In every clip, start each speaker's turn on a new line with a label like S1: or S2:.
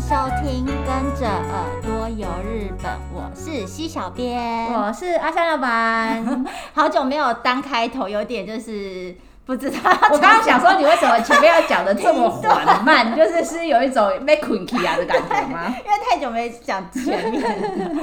S1: 收听《跟着耳朵游日本》，我是西小编。
S2: 我哦是阿三老板。
S1: 好久没有当开头，有点就是不知道。
S2: 我刚刚想说，你为什么前面要讲的这 么缓慢，就是是有一种被捆起来的感觉吗？
S1: 因为太久没讲前面了。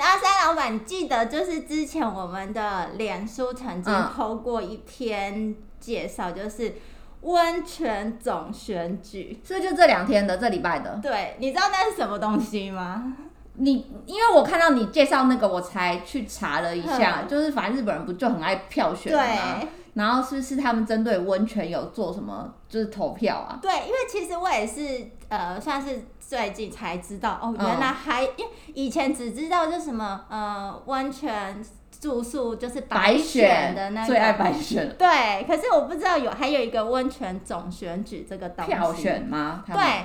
S1: 阿三老板，你记得就是之前我们的脸书曾经
S2: 嗯
S1: 抛过一篇介绍，就是温泉总选举。
S2: 所以就这两天的，这礼拜的，
S1: 对，你知道那是什么东西吗？
S2: 你因为我看到你介绍那个，我才去查了一下，就是反正日本人不就很爱票选啊
S1: 对
S2: 吗？然后是不是他们针对温泉有做什么，就是投票啊？
S1: 对，因为其实我也是呃，算是最近才知道哦，
S2: 嗯
S1: 原来还、因为以前只知道就什么呃温泉住宿就是
S2: 白
S1: 选
S2: 选
S1: 的那个
S2: 最爱白选
S1: 对，可是我不知道有还有一个温泉总选举这个东西。
S2: 票选吗？他们，
S1: 对，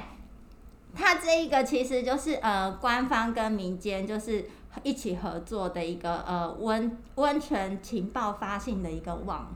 S1: 它这一个其实就是呃，官方跟民间就是一起合作的一个呃温温泉情报发信的一个网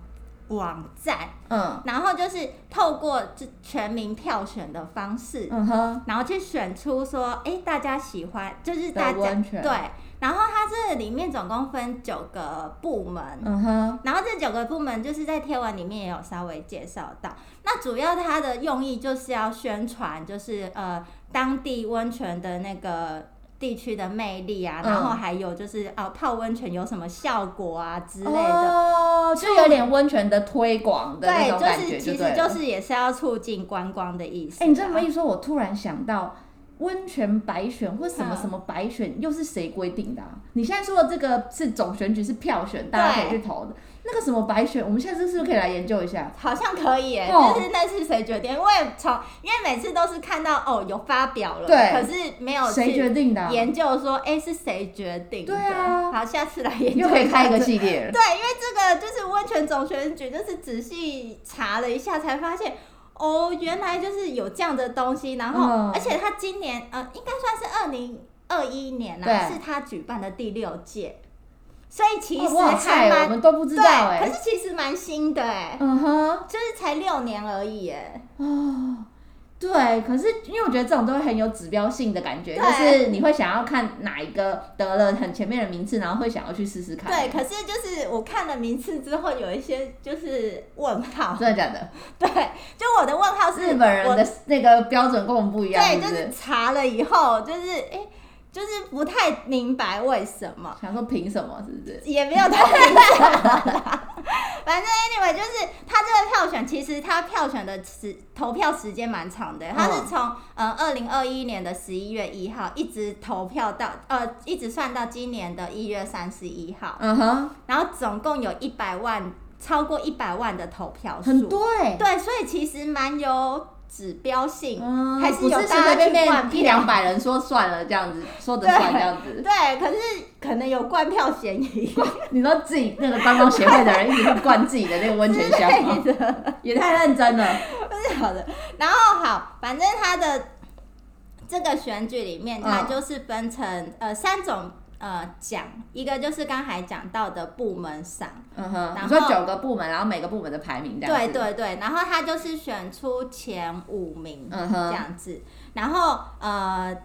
S1: 网站，
S2: 嗯
S1: 然后就是透过这全民票选的方式，
S2: 嗯哼，
S1: 然后去选出说，哎，大家喜欢就是大
S2: 的
S1: 家
S2: 温泉
S1: 对，然后它这里面总共分九个部门，
S2: 嗯哼，
S1: 然后这九个部门就是在贴文里面也有稍微介绍到，那主要它的用意就是要宣传，就是呃当地温泉的那个地区的魅力啊，
S2: 嗯
S1: 然后还有就是哦泡温泉有什么效果啊之类的。
S2: 哦，就有点温泉的推广的那
S1: 对，
S2: 种
S1: 就
S2: 感
S1: 是
S2: 觉
S1: 其
S2: 对
S1: 实
S2: 了
S1: 就是也是要促进观光的意思啊。
S2: 哎、你这么一说，我突然想到温泉白选或什么
S1: 嗯
S2: 什么白选，又是谁规定的、啊？你现在说的这个是总选举，是票选，大家可以去投的。那个什么白选，我们下次是不是可以来研究一下？
S1: 好像可以耶，
S2: 哦
S1: 就是那是谁决定？我也从因为每次都是看到哦有发表了，
S2: 对
S1: 可是没有
S2: 谁
S1: 去
S2: 决定的啊、
S1: 研究说哎、是谁决定的？
S2: 对啊
S1: 好，下次来研究
S2: 又可以开一个
S1: 下
S2: 系列
S1: 这
S2: 了。
S1: 对，因为这个就是温泉总选举，就是仔细查了一下才发现。哦，原来就是有这样的东西，然后、
S2: 嗯
S1: 而且他今年呃，应该算是二零二一年啦、
S2: 对
S1: 是他举办的第六届，所以 其
S2: 哦
S1: 实
S2: 我好
S1: 还
S2: 菜哦，我
S1: 蛮、
S2: 们都不知道哎、
S1: 对，可是其实蛮新的哎、
S2: 嗯哼，
S1: 就是才六年而已，哎，
S2: 哦。对，可是因为我觉得这种都会很有指标性的感觉，就
S1: 对
S2: 是你会想要看哪一个得了很前面的名次，然后会想要去试试看。
S1: 对。可是就是我看了名次之后，有一些就是问号，
S2: 真的假的？
S1: 对，就我的问号是
S2: 日本人
S1: 我
S2: 的那个标准跟我们不一样，
S1: 对，
S2: 不
S1: 就是查了以后，就是哎、就是不太明白为什么，
S2: 想说凭什么，是不是？
S1: 也没有太明白 啦反正 anyway，就是他这个票选，其实他票选的时投票时间蛮长的，他是
S2: 嗯
S1: 从呃二零二一年的十一月一号一直投票到呃一直算到今年的一月三十一号。
S2: 嗯哼，
S1: 然后总共有一百万，超过一百万的投票数，
S2: 很多哎、
S1: 对，所以其实蛮有指标性，
S2: 嗯，
S1: 还是
S2: 不
S1: 有
S2: 是随
S1: 大家
S2: 随便
S1: 去灌
S2: 便一
S1: 票
S2: 两。百人说算了这样 子，说的
S1: 对
S2: 算这样子，
S1: 对，可是可能有灌票嫌疑
S2: 你说自己那个观光协会的人一直去灌自己的那个温泉箱吗？
S1: 对的，
S2: 也太认真了，
S1: 不是好的。然后好，反正他的这个选举里面，它
S2: 嗯
S1: 就是分成、呃三种呃奖，一个就是刚才讲到的部门赏，
S2: 嗯哼，
S1: 然
S2: 你
S1: 后
S2: 说九个部门，然后每个部门的排名这样
S1: 对
S2: 子，，
S1: 对对，然后他就是选出前五名，
S2: 嗯
S1: 这
S2: 哼，
S1: 样子。然后呃，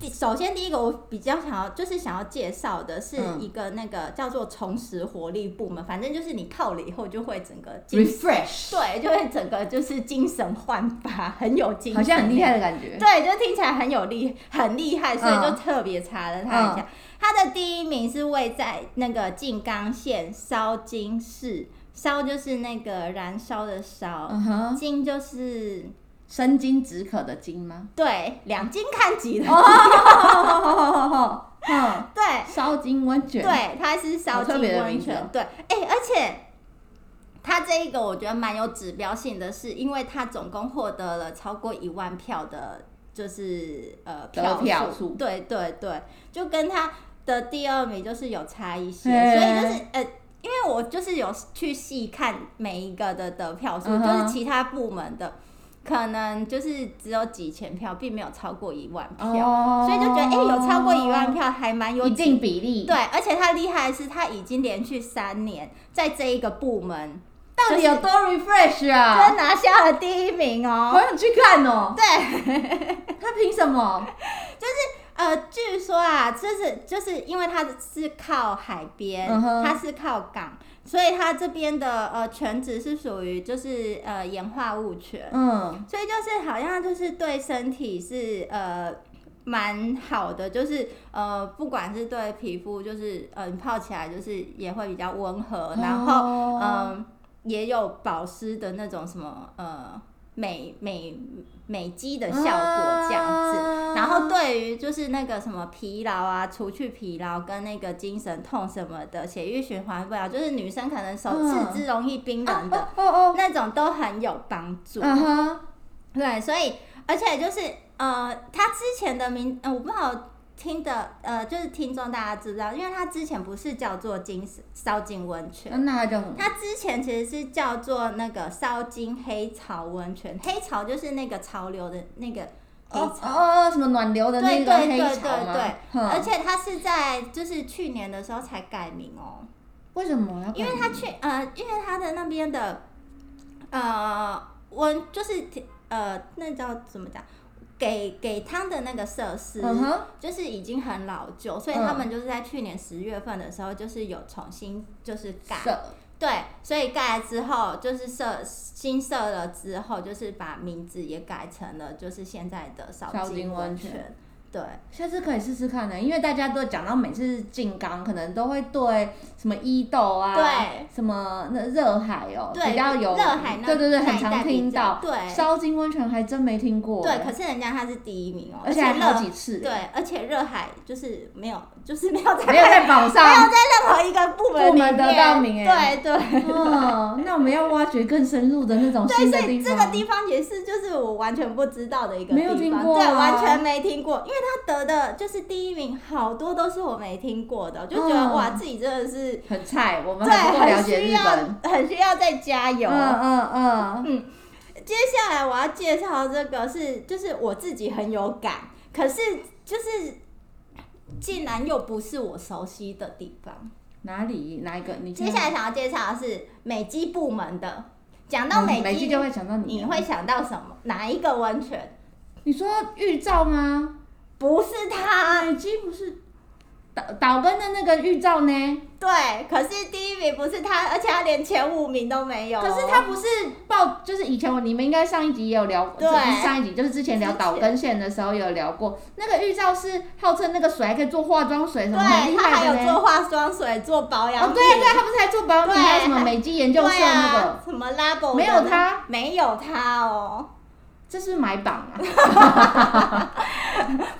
S1: 第首先第一个我比较想要就是想要介绍的是
S2: 嗯
S1: 一个那个叫做重拾活力部门，反正就是你靠了以后就会整个精
S2: refresh，
S1: 对，就会整个就是精神焕发，很有精神，欸
S2: 好像很厉害。的感觉，
S1: 对，就听起来很有厉，很厉害，所以就
S2: 嗯
S1: 特别查了他一下。他的第一名是位在那个静冈县烧津市，烧就是那个燃烧的烧，
S2: 嗯哼，
S1: 津就是
S2: 生津止渴的津 吗？
S1: 对，两金看几的，
S2: 哦，嗯，
S1: 对
S2: 烧津温泉，
S1: 对，它是烧
S2: 好特
S1: 金
S2: 别的名
S1: 温
S2: 字
S1: 泉
S2: 哦，
S1: 对，哎、而且它这一个我觉得蛮有指标性的是，因为它总共获得了超过一万票的，就是呃
S2: 得
S1: 票
S2: 票
S1: 数
S2: 数，
S1: 对对对，就跟它的第二名就是有差一些，
S2: 嘿
S1: 所以就是呃。因为我就是有去细看每一个的得票数
S2: 嗯
S1: 就
S2: 哼
S1: 是其他部门的可能就是只有几千票，并没有超过一万票。
S2: 哦
S1: 所以就觉得，哎、有超过一万票还蛮有
S2: 一
S1: 指
S2: 定比例，
S1: 对，而且他厉害的是，他已经连续三年在这一个部门，
S2: 到到底有多 refresh 啊？
S1: 真拿下了第一名
S2: 好
S1: 哦。
S2: 想去看哦！
S1: 对，
S2: 他凭什么？
S1: 呃，据说啊，就是就是因为它是靠海边
S2: 嗯哼
S1: 它是靠港，所以它这边的呃全职是属于就是呃盐化物权，
S2: 嗯，
S1: 所以就是好像就是对身体是呃蛮好的，就是呃不管是对皮肤，就是呃你泡起来就是也会比较温和，
S2: 哦
S1: 然后嗯、
S2: 后呃
S1: 也有保湿的那种什么呃美美美肌的效果这样
S2: 啊
S1: 子。然
S2: 哦
S1: 后对于就是那个什么疲劳啊，除去疲劳跟那个精神痛什么的，血液循环不了，就是女生可能手
S2: 嗯
S1: 四肢容易冰冷的、
S2: 哦哦哦，
S1: 那种都很有帮助。
S2: 嗯哼，
S1: 对，所以而且就是呃，他之前的名，呃、我不好听的，呃，就是听众大家知不知道，因为他之前不是叫做金烧金温泉。
S2: 那他叫什么？
S1: 它之前其实是叫做那个烧金黑潮温泉，黑潮就是那个潮流的那个黑
S2: 哦
S1: 潮，
S2: 哦，什么暖流的那
S1: 对
S2: 个
S1: 对对
S2: 黑
S1: 对
S2: 潮吗？
S1: 对
S2: 哼
S1: 而且它是在就是去年的时候才改名哦，
S2: 为什么要改名？
S1: 因为它去
S2: 嗯
S1: 呃，因为它的那边的呃温就是呃那叫怎么讲，给给汤的那个设施。
S2: 嗯哼，
S1: 就是已经很老旧，所以他们就是在去年十月份的时候，就是有重新就是改，
S2: 色
S1: 对，所以盖了之后就是设新设了之后，就是把名字也改成了就是现在的烧
S2: 烧
S1: 金
S2: 金温
S1: 温
S2: 泉
S1: 泉，对，
S2: 下次可以试试看呢，因为大家都讲到每次进港，可能都会对什么伊豆啊，
S1: 对，
S2: 什么那热海哦、
S1: 对
S2: 比较有
S1: 热海那
S2: 对对对，
S1: 那一
S2: 很
S1: 带
S2: 常
S1: 比
S2: 听
S1: 较
S2: 到。
S1: 对
S2: 烧金温泉还真没听过，欸
S1: 对，可是人家他是第一名哦，
S2: 而且
S1: 热
S2: 还好几次，
S1: 对，，而且热海就是没有，就是没有在
S2: 没有在榜
S1: 没有
S2: 上。
S1: 在任何一个部门
S2: 部门
S1: 里
S2: 得
S1: 面
S2: 到名哎
S1: 对对。
S2: 嗯，那我们要挖掘更深入的那种
S1: 对，
S2: 新
S1: 所
S2: 的
S1: 以
S2: 地
S1: 这
S2: 方。
S1: 个地方也是，就是我完全不知道的一个
S2: 没
S1: 地
S2: 有
S1: 方，
S2: 听过啊
S1: 对，完全没听过，因为他得的就是第一名，好多都是我没听过的，我就觉得、
S2: 嗯
S1: 哇，自己真的是
S2: 很菜，我们
S1: 对，
S2: 很不够了
S1: 很
S2: 解
S1: 需
S2: 日
S1: 要
S2: 本。，
S1: 很需要再加油。啊
S2: 嗯嗯嗯，
S1: 接下来我要介绍这个是，就是我自己很有感，可是就是竟然又不是我熟悉的地方。
S2: 哪里哪一个？你
S1: 接下来想要介绍的是美肌部门的，讲到
S2: 嗯
S1: 美
S2: 美
S1: 肌，
S2: 剧就会想到你
S1: 你
S2: 啊。
S1: 会想到什么？哪一个温泉？
S2: 你说玉照吗？
S1: 不是它，
S2: 美姬不是岛岛根的那个玉照呢？
S1: 对，可是第一名不是它，而且它连前五名都没有哦。
S2: 可是他不是报，就是以前我你们应该上一集也有聊，
S1: 对
S2: 不是上一集就是之前聊
S1: 之前
S2: 岛根县的时候有聊过，那个玉照是号称那个水还可以做化妆水什么，很
S1: 对，
S2: 厉
S1: 它还
S2: 害的
S1: 有做
S2: 呢。
S1: 化妆水、做保
S2: 哦
S1: 养，品，
S2: 对呀、对、啊，他不是还做保养品，
S1: 对
S2: 还有什么美肌研究社
S1: 对
S2: 那个，
S1: 啊、什么 Labo
S2: 没有它，
S1: 没有它哦。
S2: 这是买榜啊，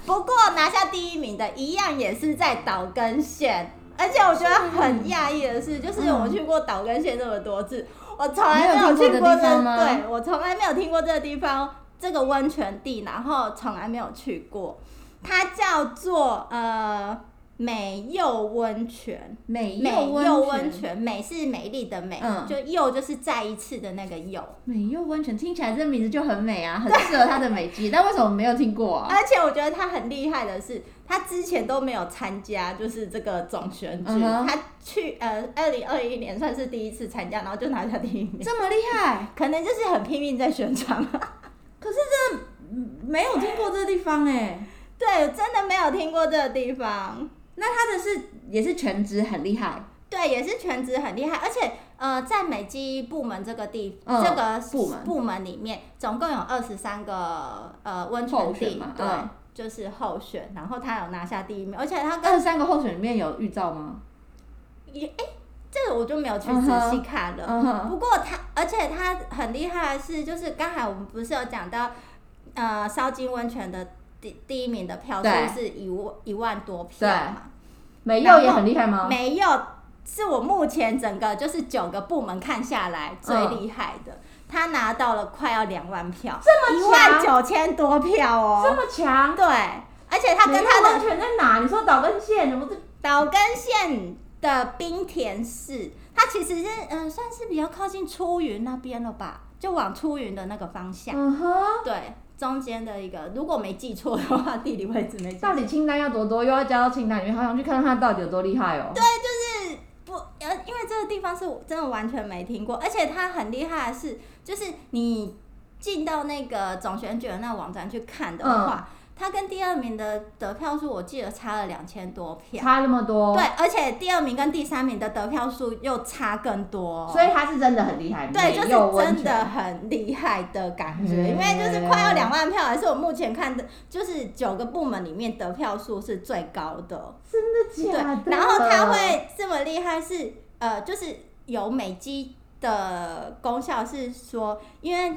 S1: 不过拿下第一名的一样也是在岛根县，而且我觉得很讶异的是，就是我去过岛根县这么多次，我从来没有去
S2: 嗯没有听过
S1: 过这，
S2: 这地方吗
S1: 对我从来没有听过这个地方这个温泉地，然后从来没有去过。它叫做呃美柚温泉，
S2: 美
S1: 美
S2: 柚
S1: 柚
S2: 温
S1: 温
S2: 泉，
S1: 泉，美是美丽的美，
S2: 嗯
S1: 就柚就是再一次的那个柚。
S2: 美柚温泉听起来这名字就很美啊，很适合他的美 肌，但为什么没有听过啊？
S1: 而且我觉得他很厉害的是，他之前都没有参加就是这个总选举
S2: 嗯哼
S1: 他去呃二零二一年算是第一次参加，然后就拿下第一 名，
S2: 这么厉害，
S1: 可能就是很拼命在宣传 吧。
S2: 可是这嗯没有听过这地方哎、
S1: 对，真的没有听过这个地方。
S2: 那他的是也是全职很厉害，
S1: 对，也是全职很厉害，而且呃，在美肌部门这个地、
S2: 嗯
S1: 这个
S2: 部门
S1: 部门里面，总共有二十三个呃温
S2: 候
S1: 泉
S2: 选
S1: 地
S2: 嘛，
S1: 对、
S2: 嗯
S1: 就是候选，然后他有拿下第一名，而且他跟
S2: 二十三个候选里面有预兆吗？
S1: 也哎、这个我就没有去
S2: 嗯哼
S1: 仔细看了。
S2: 嗯哼，
S1: 不过他，而且他很厉害的是，就是刚才我们不是有讲到，呃，烧金温泉的第第一名的票数
S2: 对
S1: 是一万一万多票
S2: 对嗯
S1: 嘛？
S2: 美柚也很厉害吗？
S1: 没有，是我目前整个就是九个部门看下来最
S2: 嗯
S1: 厉害的，他拿到了快要两万票，
S2: 这么
S1: 一万九千多票
S2: 这
S1: 哦。
S2: 么强，
S1: 对，而且他跟他的
S2: 温泉在哪？你说岛根县，我这
S1: 岛根县的冰田市，它其实是嗯、呃算是比较靠近出云那边了吧，就往出云的那个方向，
S2: 嗯哼，
S1: 对，中间的一个，如果没记错的话，地理位置没记错
S2: 到，底清单要多多，又要加到清单里面，好想去看看他到底有多厉害哦。对，
S1: 不呃，因为这个个地方是我真的完全没听过，而且它很厉害的是，就是你进到那个总选举的那个网站去看的话，
S2: 嗯
S1: 它跟第二名的得票数我记得差了两千多票。
S2: 差那么多，
S1: 对，，而且第二名跟第三名的得票数又差更多，
S2: 所以他是真的很厉害，
S1: 对，
S2: 没
S1: 就是
S2: 有啊温
S1: 真的
S2: 泉
S1: 很厉害的感觉，
S2: 嗯
S1: 因为就是快要两万票，还是我目前看的，就是九个部门里面得票数是最高的。
S2: 真的假的？
S1: 对，然后它会这么厉害是呃，就是有美肌的功效是说，因为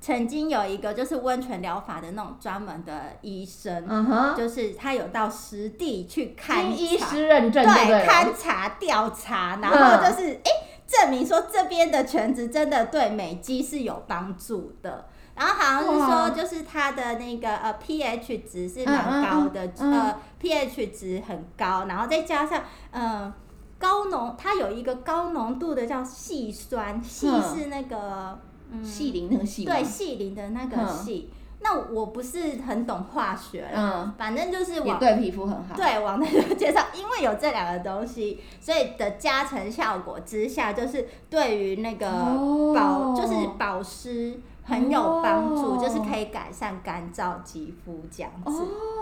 S1: 曾经有一个就是温泉疗法的那种专门的医生，
S2: 嗯哼，
S1: 就是他有到实地去看
S2: 经医师认证就
S1: 对，
S2: 对嗯了，
S1: 勘察调查，然后就是哎、诶证明说这边的全职真的对美肌是有帮助的。然后好像是
S2: 哇
S1: 说，就是它的那个呃 pH 值是
S2: 嗯嗯
S1: 蛮高的，
S2: 嗯
S1: 呃 pH 值很高，然后再加上呃高浓，它有一个高浓度的叫细酸，细
S2: 嗯
S1: 是那个嗯
S2: 细鳞那个细吗
S1: 对，细磷的那个
S2: 嗯
S1: 细。那我不是很懂化学啦，
S2: 嗯，
S1: 反正就是
S2: 也
S1: 往
S2: 对皮肤很好，
S1: 对，网站就介绍，因为有这两个东西，所以的加成效果之下，就是对于那个
S2: 哦
S1: 保、就是保湿很有帮助，
S2: 哦
S1: 就是可以改善干燥肌肤这样子。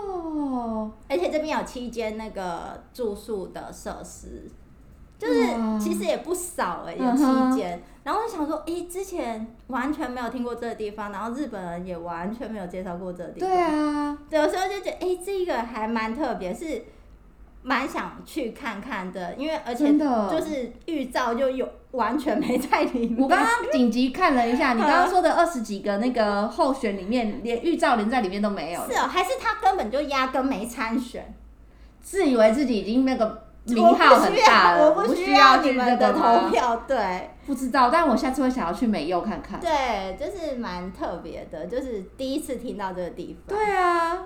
S2: 哦，
S1: 而且这边有七间那个住宿的设施，就是
S2: 哇
S1: 其实也不少哎、有
S2: 嗯哼
S1: 七间。然后我就想说，诶、之前完全没有听过这个地方，然后日本人也完全没有介绍过这个地方。
S2: 对啊，
S1: 对，有时候就觉得，哎、这个还蛮特别，是蛮想去看看的，因为而且
S2: 真的
S1: 就是预兆就有完全没在里 面。
S2: 我刚刚紧急看了一下，你刚刚说的二十几个那个候选里面，连预兆连在里面都没有，
S1: 是哦，还是他根本就压根没参选，
S2: 自以为自己已经那个名号很大了，
S1: 我不
S2: 不
S1: 需
S2: 需
S1: 要我
S2: 要
S1: 不需要你
S2: 去
S1: 们
S2: 那
S1: 的
S2: 个
S1: 投
S2: 吗？
S1: 票，对
S2: 不知道，但我下次会想要去美柚看看。
S1: 对，就是蛮特别的，就是第一次听到这个地方。
S2: 对啊，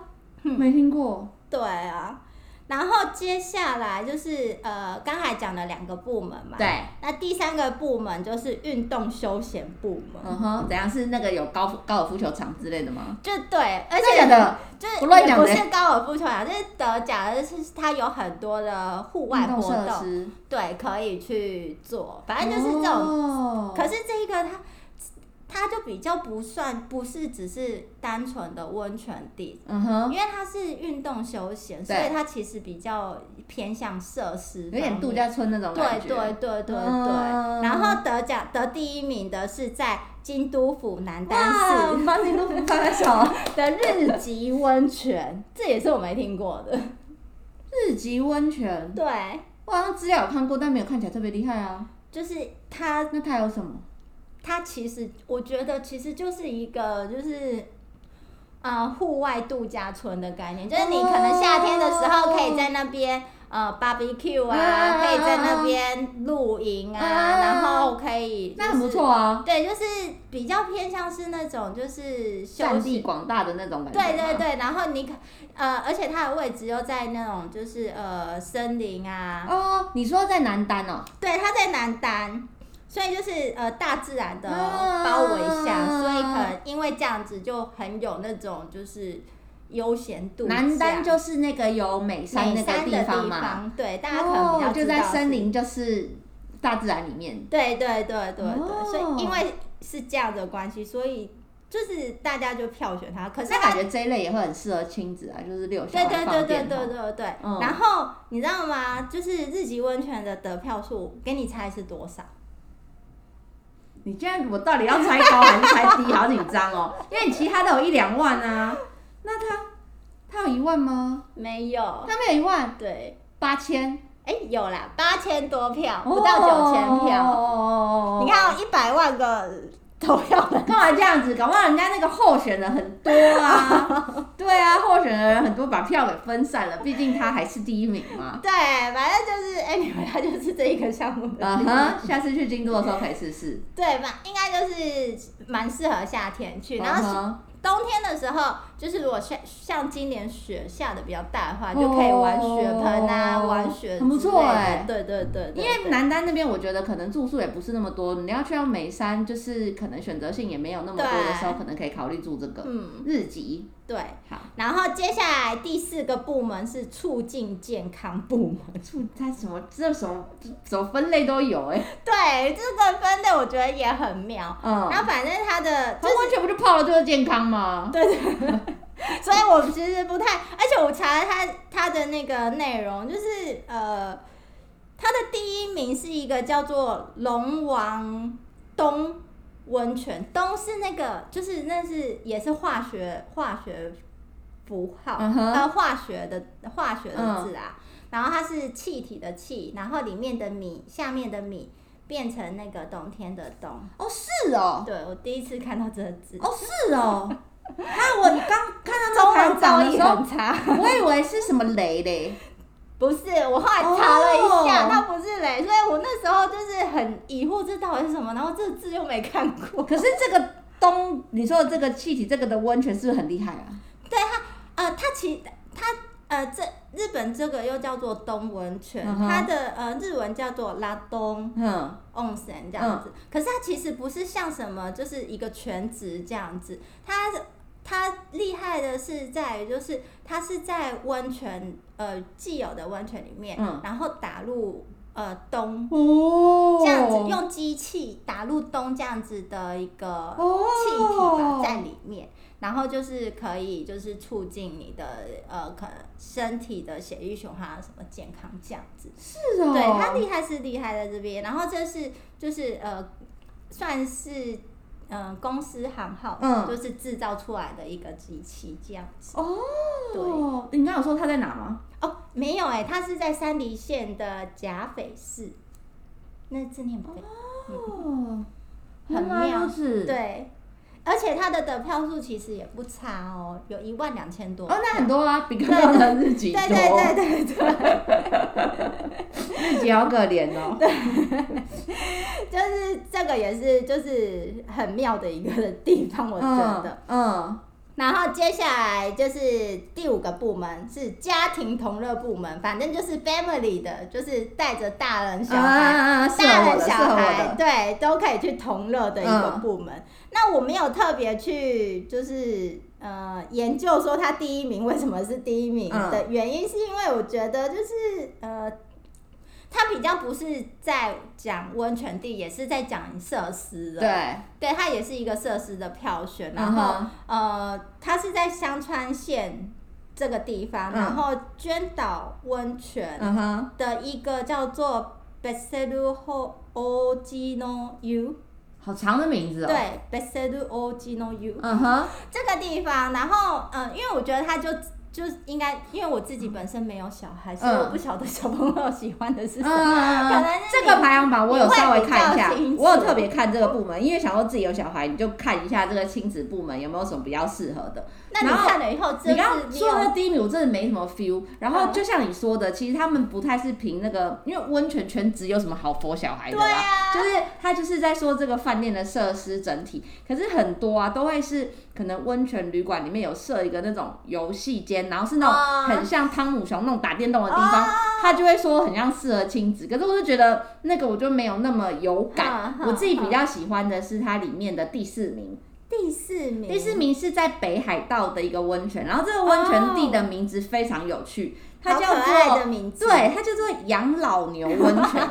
S2: 没听过。
S1: 对啊，然后接下来就是呃，刚才讲了两个部门嘛，
S2: 对，
S1: 那第三个部门就是运动休闲部门。
S2: 嗯哼，怎样是那个有高高尔夫球场之类的吗？
S1: 就对，而
S2: 真
S1: 且
S2: 的假的
S1: 就是
S2: 我乱
S1: 也
S2: 讲
S1: 不
S2: 的
S1: 是高尔夫球场，就是得奖的是它有很多的户外
S2: 运动
S1: 活
S2: 设
S1: 动，
S2: 施，
S1: 对，可以去做，反正就是这
S2: 哦
S1: 种。
S2: 种
S1: 可是这一个它它就比较不算，不是只是单纯的温泉地。
S2: 嗯
S1: 因
S2: 哼，
S1: 为它是运动休闲，所
S2: 对
S1: 以它其实比较偏向设施，
S2: 有点度。假村那种
S1: 对
S2: 感觉。
S1: 对对对对，
S2: 嗯
S1: 然后得奖得第一名的是在京都府南丹市
S2: 哇，把你都不拍手。
S1: 的日吉温泉，这也是我没听过的。
S2: 日吉温 泉，
S1: 对，
S2: 我好像资料有看过，但没有看起来特别厉害啊。
S1: 就是它，
S2: 那它有什么？
S1: 它其实我觉得其实就是一个就是。呃，户外度假村的概念，就是你可能夏天的时候可以在那边、呃 barbecue 啊，
S2: 啊
S1: 可以在那边露营啊，
S2: 啊
S1: 然后可以、
S2: 那很不。错啊，
S1: 对，就是比较偏向是那种就是休
S2: 占
S1: 息
S2: 地广大的那种感觉。
S1: 对对。对，然后你可呃，而且它的位置又在那种就是呃森林啊，
S2: 哦，你说在南丹哦？
S1: 对，它在南丹，所以就是呃大自然的
S2: 啊
S1: 包围下，所以可能因为这样子就很有那种就是悠闲度假。
S2: 南丹就是那个有美山
S1: 美
S2: 那个
S1: 山的
S2: 方嘛。
S1: 方，对，大家可能比较
S2: 哦、就
S1: 知道
S2: 在
S1: 是
S2: 森。林，就是大自然里面。
S1: 对对对对对，
S2: 哦
S1: 所以因为是这样的关系，所以就是大家就票选它。可是
S2: 那
S1: 它
S2: 感觉这一类也会很适合亲子啊，就是遛小
S1: 对
S2: 孩
S1: 对对
S2: 放
S1: 对
S2: 电
S1: 对
S2: 筒
S1: 对对。
S2: 嗯
S1: 然后你知道吗？就是日吉温泉的得票数，给你猜是多少？
S2: 你这样，我到底要猜高还是猜低？好紧张哦，因为你其他的有一两万啊。那他他有一万吗？
S1: 没有，
S2: 他没有一万，
S1: 对，
S2: 八千，
S1: 哎，有啦，八千多票，不到九千
S2: 哦
S1: 票。
S2: 哦哦哦哦
S1: 你看，一百万个投票 人，
S2: 干嘛这样子？搞不好人家那个候选人很多 啊。对啊，候选人很多，把票给分散了，毕竟他还是第一名 嘛。
S1: 对，反正就是哎，你们它就是这一个项目的。
S2: 嗯哼，下次去京都的时候可以试试。
S1: 对吧？应该就是蛮适合夏天去，然后
S2: 嗯哼
S1: 冬天的时候，就是如果像像今年雪下的比较大的话，就可以玩雪盆啊，
S2: 哦
S1: 玩雪
S2: 很不
S1: 之
S2: 错
S1: 类的
S2: 哎
S1: 对对对对
S2: 因为南丹那边，我觉得可能住宿也不是那么多，你要去到眉山，就是可能选择性也没有那么多的时候，可能可以考虑住这个
S1: 嗯，
S2: 日吉。
S1: 对，
S2: 好，
S1: 然后接下来第四个部门是促进健康部门。
S2: 促它什么这什么什么分类都有哎、
S1: 对，这个分类我觉得也很妙。
S2: 嗯，
S1: 然后反正它的
S2: 它完全不就泡了就是健康吗？对，
S1: 所以我其实不太，而且我查了他他的那个内容，就是呃，他的第一名是一个叫做龙王东温泉，东是那个就是那是也是化学化学符号，
S2: 嗯哼嗯
S1: 呃，化学的化学的字啊，然后它是气体的气，然后里面的米下面的米变成那个冬天的冬，
S2: 哦是哦，
S1: 对我第一次看到这个字，
S2: 哦是哦，那我刚看
S1: 中
S2: 到那个
S1: 文
S2: 排
S1: 造
S2: 行榜的
S1: 诣
S2: 时候
S1: 很，差。
S2: 我以为是什么雷嘞，
S1: 不是，我后来查了一下，
S2: 哦
S1: 它不是嘞，所以我那时候就是很疑惑这到底是什么，然后这字又没看过。
S2: 可是这个东，你说的这个气体，这个的温泉是不是很厉害啊？
S1: 呃，它其它呃这日本这个又叫做东温泉，
S2: 嗯哼
S1: 它的呃日文叫做拉东
S2: 嗯，
S1: onsen 这样子，可是它其实不是像什么就是一个全职这样子，它它厉害的是在于就是它是在温泉呃既有的温泉里面，
S2: 嗯
S1: 然后打入呃东
S2: 哦
S1: 这样子用机器打入东这样子的一个气体吧，
S2: 哦
S1: 在里面，然后就是可以就是促进你的呃可能身体的血液循环啊什么健康这样子。
S2: 是哦，
S1: 对，它厉害是厉害在这边，然后这是就是呃算是。嗯，公司行号、
S2: 嗯
S1: 就是制造出来的一个机器这样子
S2: 哦，你刚刚有说它在哪吗？
S1: 哦，没有哎、它是在山梨县的甲斐市，那字念不对，
S2: 哦，
S1: 很
S2: 原来
S1: 妙
S2: 如此。
S1: 对，而且他的得票数其实也不差哦，有一万两千多。
S2: 哦，那很多啊，比刚刚的日
S1: 对
S2: 籍多。
S1: 对对对对，
S2: 日籍好可怜哦。
S1: 就是这个也是就是很妙的一个地方，我觉得。
S2: 嗯，
S1: 然后接下来就是第五个部门是家庭同乐部门，反正就是 family 的，就是带着大人
S2: 嗯
S1: 小孩
S2: 啊，是
S1: 大
S2: 我
S1: 人
S2: 的，
S1: 小
S2: 是我
S1: 孩
S2: 的。
S1: 对都可以去同乐的一个
S2: 嗯
S1: 部门。那我没有特别去就是呃研究说他第一名为什么是第一名
S2: 嗯
S1: 的原因，是因为我觉得就是呃。他比较不是在讲温泉地，也是在讲设施的。
S2: 对，
S1: 对，它也是一个设施的票选。然
S2: 嗯
S1: 后、
S2: 哼
S1: 呃，它是在香川县这个地方，
S2: 嗯
S1: 然后捐岛温泉，
S2: 嗯哼，
S1: 的一个叫做 Beseru Ogino U，
S2: 好长的名字哦。，
S1: 对，Beseru Ogino U
S2: 嗯哼，
S1: 这个地方，然后嗯，因为我觉得它就就应该，因为我自己本身没有小孩，所以
S2: 嗯
S1: 我不晓得小朋友喜欢的是什
S2: 嗯
S1: 么，
S2: 嗯
S1: 可
S2: 嗯。
S1: 能是
S2: 这个排行榜我有稍微看一下
S1: 你会比较清，楚
S2: 我有特别看这个部门，因为想说自己有小孩，你就看一下这个亲子部门有没有什么比较适合的。
S1: 那你
S2: 然后
S1: 看了以后，真
S2: 你
S1: 是
S2: 刚刚说
S1: 有
S2: 的第一名，我真的没什么 feel。然后
S1: 嗯
S2: 就像你说的，其实他们不太是凭那个，因为温泉全职有什么好佛小孩的
S1: 对
S2: 啦、
S1: 啊，
S2: 就是他就是在说这个饭店的设施整体，可是很多啊都会是可能温泉旅馆里面有设一个那种游戏间，然后是那
S1: 哦
S2: 种很像汤姆熊那种打电动的地方，
S1: 啊
S2: 他就会说很像适合亲子，可是我就觉得那个我就没有那么有感
S1: 嗯，嗯
S2: 我自己比较喜欢的是它里面的第四名。
S1: 第四名，
S2: 第四名是在北海道的一个温泉，然后这个温泉地的名字非常有趣，它
S1: 哦好
S2: 叫
S1: 可爱
S2: 做
S1: 的名字，
S2: 对，它叫做养老牛温 泉，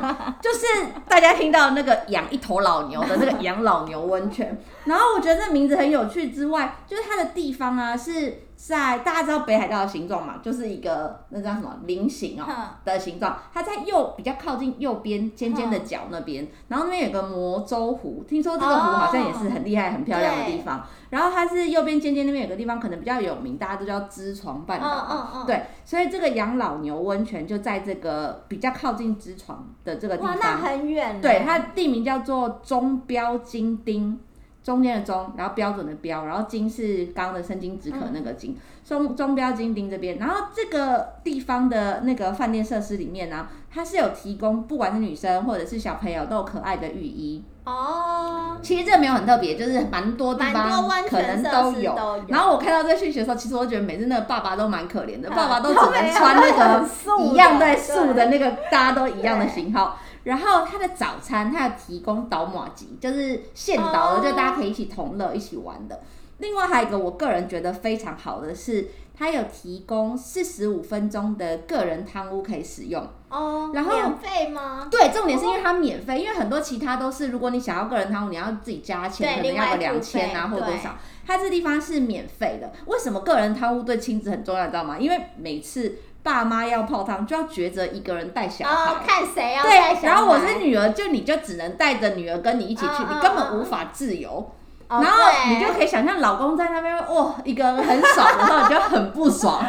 S2: 就是大家听到那个养一头老牛的那个养老牛温泉。然后我觉得这名字很有趣之外，就是它的地方啊是在大家知道北海道的形状嘛，就是一个那叫什么菱形哦、
S1: 嗯
S2: 的形状，它在右比较靠近右边尖尖的角那
S1: 嗯
S2: 边，然后那边有个魔州湖，听说这个湖好像也是很厉害、很漂亮的地
S1: 哦
S2: 方。然后它是右边尖尖那边有个地方可能比较有名，大家都叫知床半
S1: 嗯
S2: 岛嘛。
S1: 嗯嗯，
S2: 对，所以这个养老牛温泉就在这个比较靠近知床的这个地
S1: 哇，那
S2: 方。
S1: 很远，
S2: 对，，它的地名叫做中标金町，中间的中，然后标准的标，然后金是刚刚的生津止渴那个金，中中标金町这边。然后这个地方的那个饭店设施里面呢、它是有提供，不管是女生或者是小朋友都有可爱的浴衣。
S1: 哦，
S2: 其实这没有很特别，就是蛮多地
S1: 蛮多
S2: 方
S1: 温
S2: 可
S1: 泉
S2: 能
S1: 设
S2: 都
S1: 施
S2: 有。
S1: 都有，
S2: 然后我看到这讯息的时候，其实我觉得每次那个爸爸都蛮可怜的，
S1: 嗯
S2: 爸爸都只能穿那
S1: 他
S2: 个
S1: 们很素
S2: 一样
S1: 的
S2: 对素的那个，大家都一样的
S1: 对
S2: 型号。然后他的早餐，他有提供倒马吉，就是现倒的，
S1: 哦
S2: 就大家可以一起同乐、一起玩的。另外还有一个我个人觉得非常好的是，它有提供四十五分钟的个人汤屋可以使用。
S1: 哦，
S2: 然后
S1: 免费吗？
S2: 对，重点是因为它免费，因为很多其他都是，如果你想要个人汤屋，你要自己加
S1: 对
S2: 钱，可能
S1: 另
S2: 要个
S1: 外
S2: 两
S1: 付费
S2: 千啊或多
S1: 对
S2: 少。它这地方是免费的，为什么个人汤屋对亲子很重要？你知道吗？因为每次爸妈要泡汤，就要抉择一个人带小孩。
S1: 哦，看谁要带小
S2: 对，
S1: 孩
S2: 然后我是女儿，就你就只能带着女儿跟你一起去，
S1: 嗯
S2: 你
S1: 嗯
S2: 根本无法自由。
S1: 哦
S2: 然后你
S1: 对
S2: 就可以想象老公在那边，哇，一个人很爽，然后你就很 不爽。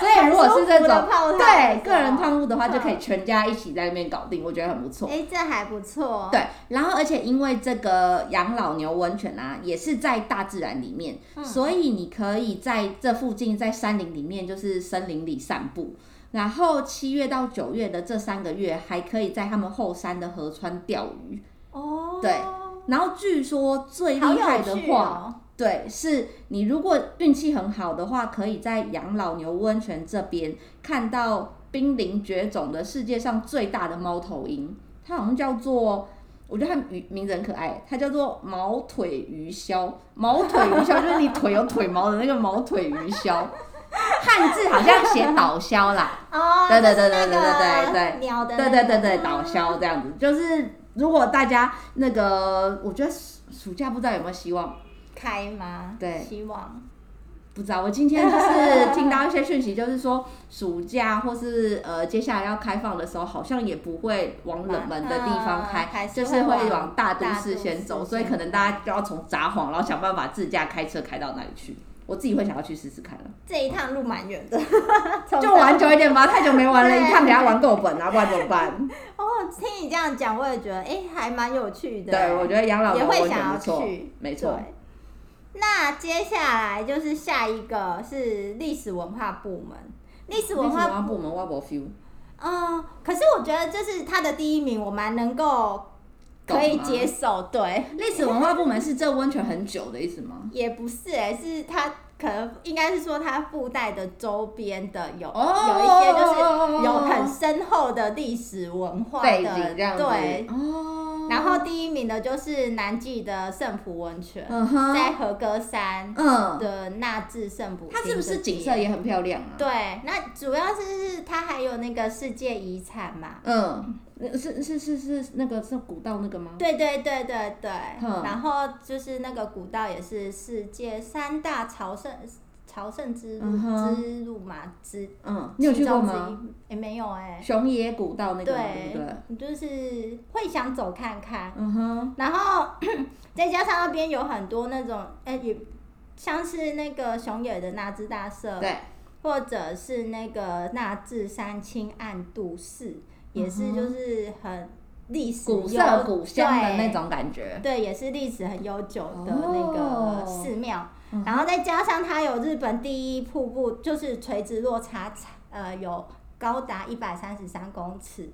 S2: 所以如果是这
S1: 很舒服的
S2: 种
S1: 泡汤
S2: 对
S1: 是吧
S2: 个人汤屋的话，
S1: 嗯
S2: 就可以全家一起在那边搞定，我觉得很不错。
S1: 哎，这还不错。
S2: 对，然后而且因为这个养老牛温泉啊，也是在大自然里面，
S1: 嗯
S2: 所以你可以在这附近，在山林里面，就是森林里散步。然后七月到九月的这三个月，还可以在他们后山的河川钓鱼。
S1: 哦，
S2: 对然后据说最
S1: 好
S2: 厉害
S1: 有
S2: 的
S1: 趣
S2: 话，
S1: 哦。
S2: 对，是你如果运气很好的话，可以在养老牛温泉这边看到濒临绝种的世界上最大的猫头鹰，它好像叫做。我觉得它名名字很可爱，它叫做毛腿鱼鸮。毛腿鱼鸮就是你腿有腿毛的那个毛腿鱼鸮，汉字好像写倒鸮啦，
S1: 哦，
S2: 对对
S1: 就是
S2: 对对对
S1: 那
S2: 对
S1: 个
S2: 对对
S1: 鸟的那
S2: 对
S1: 个，
S2: 对对对，倒销这样子，就是如果大家那个，我觉得暑暑假不知道有没有希望，
S1: 开吗？
S2: 对
S1: 希望
S2: 不知道。我今天就是听到一些讯息，就是说暑假或是呃接下来要开放的时候，好像也不会往冷门的地方
S1: 嗯
S2: 开，
S1: 还是
S2: 就是
S1: 会往
S2: 会往大都
S1: 大
S2: 市
S1: 都
S2: 先
S1: 市
S2: 走，
S1: 先
S2: 所以可能
S1: 走
S2: 大家就要从札幌，然后想办法自驾开车开到那里去。我自己会想要去试试看了，
S1: 这一趟路蛮远的，
S2: 就玩久一点吧，太久没玩 了，
S1: 对
S2: 一趟给他玩够本啊，不然怎么 办？
S1: 哦，听你这样讲，我也觉得哎、诶还蛮有趣的。
S2: 对，我觉得养老
S1: 也
S2: 的
S1: 会
S2: 完全
S1: 想
S2: 不
S1: 要
S2: 错
S1: 去，，
S2: 没错。
S1: 对。那接下来就是下一个是历史文化部门，历史文化，
S2: 部门我无 feel，
S1: 嗯、可是我觉得就是它的第一名，我蛮能够
S2: 懂啊
S1: 可以
S2: 吗
S1: 接受，对，
S2: 历史文化部门是这温泉很久的意思吗？
S1: 也不是哎、是它可能应该是说它附带的周边的有、
S2: 哦
S1: 有一些就是有
S2: 哦
S1: 很深厚的历史文化的
S2: 背景这样子，
S1: 对。
S2: 哦，
S1: 然后第一名的就是南记的圣浦温泉，
S2: 嗯哼，
S1: 在和歌山
S2: 嗯，
S1: 的纳智圣浦，
S2: 它是不是景色？也很漂亮啊？，
S1: 对，那主要是是它还有那个世界遗产嘛。
S2: 嗯，那是是是是那个是古道那个吗？
S1: 对对对对对，
S2: 嗯
S1: 然后就是那个古道也是世界三大朝圣朝圣之路、
S2: 嗯哼
S1: 之路嘛之，
S2: 嗯，你有去过吗？
S1: 其中之一？也没有哎、
S2: 熊野古道那个嘛对不
S1: 对，
S2: 对？
S1: 就是会想走看看，
S2: 嗯哼，
S1: 然后 再加上那边有很多那种，哎、也像是那个熊野的那智大社，
S2: 对，
S1: 或者是那个那智三清暗度寺，也是就是很历史
S2: 嗯古
S1: 悠
S2: 色古香的那
S1: 对
S2: 种感觉，
S1: 对，也是历史很悠久的那
S2: 哦
S1: 个寺庙，
S2: 嗯
S1: 然后再加上它有日本第一瀑布，就是垂直落差，呃，有高达一百三十三公尺，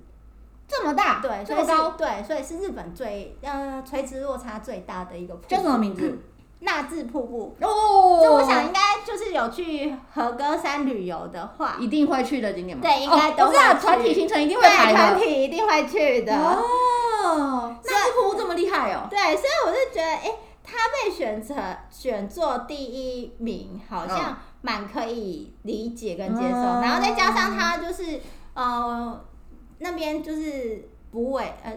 S2: 这么大，
S1: 对，
S2: 这
S1: 所以
S2: 么
S1: 是
S2: 高，
S1: 对，所以是日本最呃垂直落差最大的一个瀑布，
S2: 叫什么名字？
S1: 纳智瀑布。
S2: 哦，
S1: 就我想应该就是有去和歌山旅游的话，
S2: 一定会去的景点吗？
S1: 对应该都
S2: 哦我知道
S1: 会去
S2: 团体行程一定会排
S1: 对团
S2: 的。
S1: 体一定会去的。
S2: 哦，那是瀑布这么厉害哦。
S1: 对，所以我就觉得，哎、他被选成选做第一名，好像蛮可以理解跟接受。
S2: 嗯
S1: 然后再加上他就是呃那边就是捕尾呃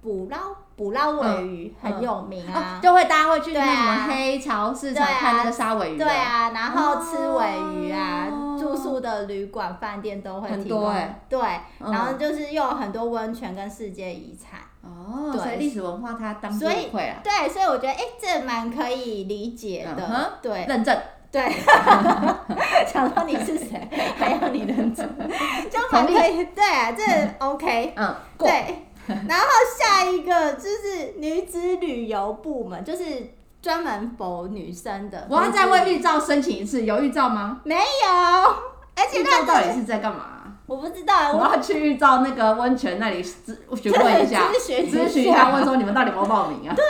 S1: 捕捞捕捞尾鱼、
S2: 嗯
S1: 很有名
S2: 哦
S1: 啊，，
S2: 就会大家会去那
S1: 对
S2: 个
S1: 啊
S2: 什么黑潮市场
S1: 对啊
S2: 看那个沙尾鱼的，
S1: 对啊，然后吃尾鱼啊，
S2: 哦
S1: 住宿的旅馆、饭店都会
S2: 很
S1: 提
S2: 多
S1: 供。
S2: 欸
S1: 对，
S2: 嗯
S1: 然后就是又有很多温泉跟世界遗产。
S2: 哦，
S1: 对
S2: 所以历史文化它当之
S1: 所以
S2: 无愧啊，
S1: 对，所以我觉得哎、诶这蛮可以理解的。
S2: 嗯哼
S1: 对
S2: 认证
S1: 对， 想到你是谁，还有你的组，就蛮可以。对，这 OK。
S2: 嗯过
S1: 对，然后下一个就是女子旅游部门，就是专门否女生的。
S2: 我要再
S1: 问
S2: 为玉照申请一次，有玉照吗？
S1: 没有，而且
S2: 玉照到
S1: 那
S2: 底
S1: 个
S2: 是在干嘛？
S1: 我不知道，
S2: 我
S1: 我
S2: 要去玉照那个温泉那里咨询问一 下，
S1: 对咨询一
S2: 咨
S1: 下
S2: 询一下，问说你们到底有没有报名啊？
S1: 啊，